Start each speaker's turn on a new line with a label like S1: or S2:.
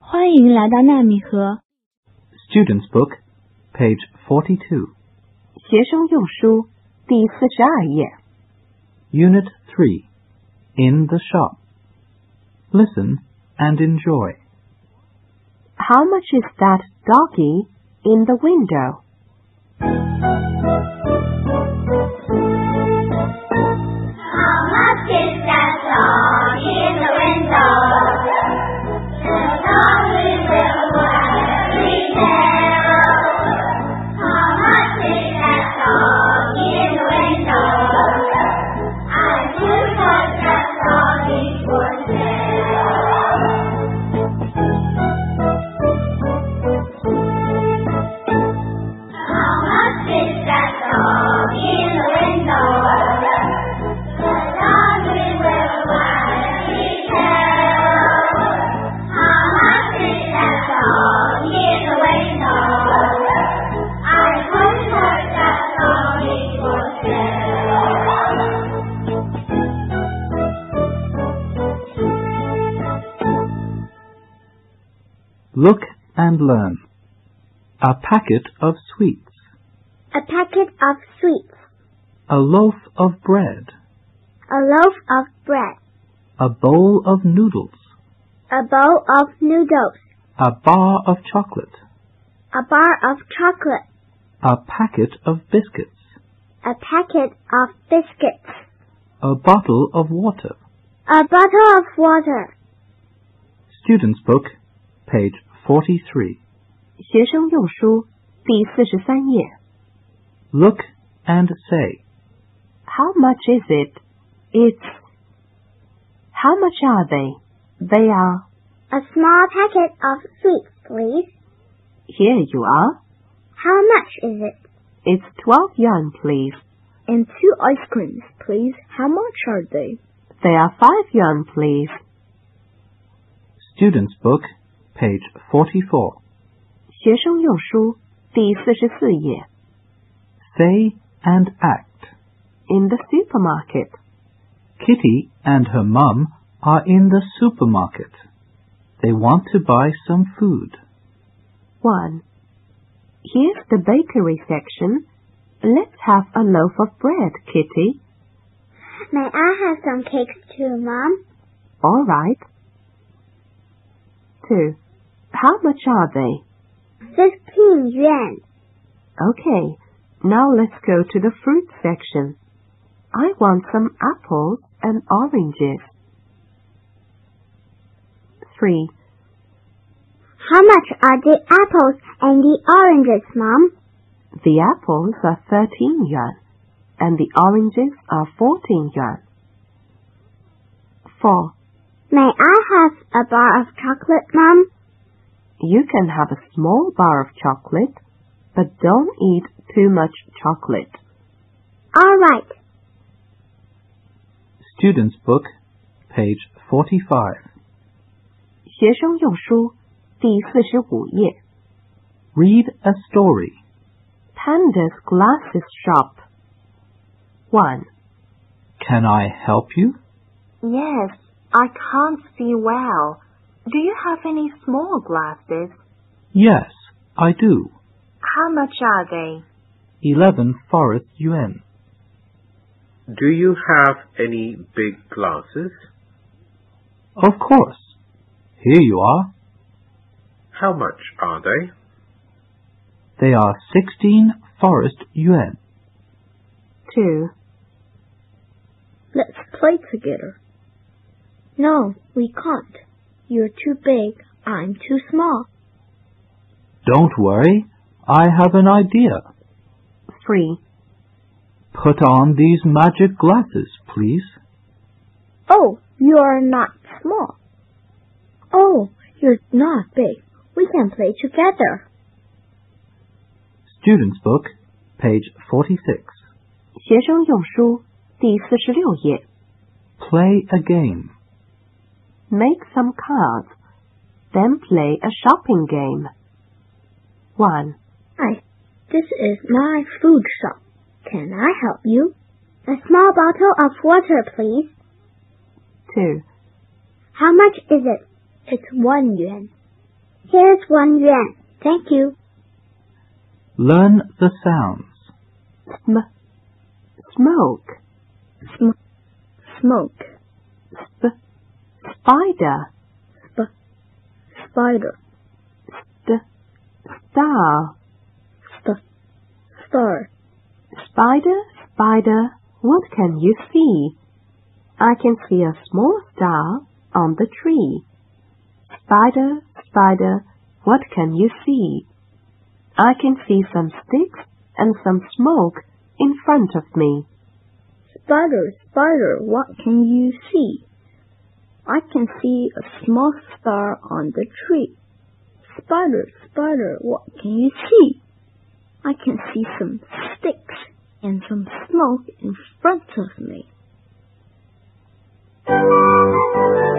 S1: 欢迎来到纳米盒
S2: Student's Book, page 42,
S3: 学生用书第四十二页。
S2: Unit 3, In the Shop. Listen and enjoy.
S3: How much is that doggy in the window?
S4: How much is that dog in the window? The dog in the window. How much is that dog in the window? I do want that dog in for sale. How much is that dog in the window? The dog we will want to show. How much is that dog in the window? I would put that dog in for sale.
S2: Look and learn. A packet of sweets,
S1: A packet of sweets,
S2: a loaf of bread,
S1: a loaf of bread,
S2: a bowl of noodles,
S1: a bowl of noodles,
S2: a bar of chocolate,
S1: a bar of chocolate,
S2: a packet of biscuits,
S1: a packet of biscuits,
S2: a bottle of water.
S1: a bottle of water.
S2: Student's Book, page 43.
S3: 学生用书第四十三页。
S2: Look and say.
S3: How much is it? It's. How much are they? They are.
S1: A small packet of sweets, please.
S3: Here you are.
S1: How much is it?
S3: It's twelve yuan, please.
S1: And two ice creams, please. How much are they?
S3: They are five yuan, please.
S2: Student's Book, page 44.
S3: 学生用书第四十四页。
S2: Say and act.
S3: In the supermarket.
S2: Kitty and her mum are in the supermarket. They want to buy some food.
S3: One. Here's the bakery section. Let's have a loaf of bread, Kitty.
S1: May I have some cakes too, Mom?
S3: All right. Two. How much are they?
S1: Fifteen yuan.
S3: Okay. Now let's go to the fruit section. I want some apples and oranges. Three.
S1: How much are the apples and the oranges, Mom?
S3: The apples are 13 yuan and the oranges are 14 yuan. Four.
S1: May I have a bar of chocolate, Mom?
S3: You can have a small bar of chocolate, but don't eat too much chocolate.
S1: All right.
S2: Student's Book, page 45.
S3: 学生用书第四十五页
S2: Read a story.
S3: ，Panda's Glasses Shop。One.
S2: Can I help you?
S3: Yes, I can't see well. Do you have any small glasses?
S2: Yes, I do.
S3: How much are they?
S2: 11 Forest Yuan.
S5: Do you have any big glasses?
S2: Of course. Here you are.
S5: How much are they?
S2: They are 16 Forest Yuan.
S3: Two.
S1: Let's play together. No, we can't. You're too big. I'm too small.
S2: Don't worry. I have an idea.
S3: Three.
S2: Put on these magic glasses, please.
S1: Oh, you are not small. Oh, you're not big. We can play together.
S2: Student's Book, page 46.
S3: 学生用书第四十六页
S2: Play a game.
S3: Make some cards, then play a shopping game. One.
S1: Hi, this is my food shop. Can I help you? A small bottle of water, please.
S3: Two.
S1: How much is it? It's one yuan. Here's one yuan. Thank you.
S2: Learn the sounds.
S3: Sm, smoke,
S1: Smoke.
S3: sp, spider,
S1: Spider.
S3: star,
S1: Star.
S3: spider, spider. What can you see? I can see a small star on the tree. Spider, spider. What can you see? I can see some sticks and some smoke in front of me.
S1: Spider, spider, what can you see? I can see a small star on the tree. Spider, spider, what can you see? I can see some sticks and some smoke in front of me.
S4: you.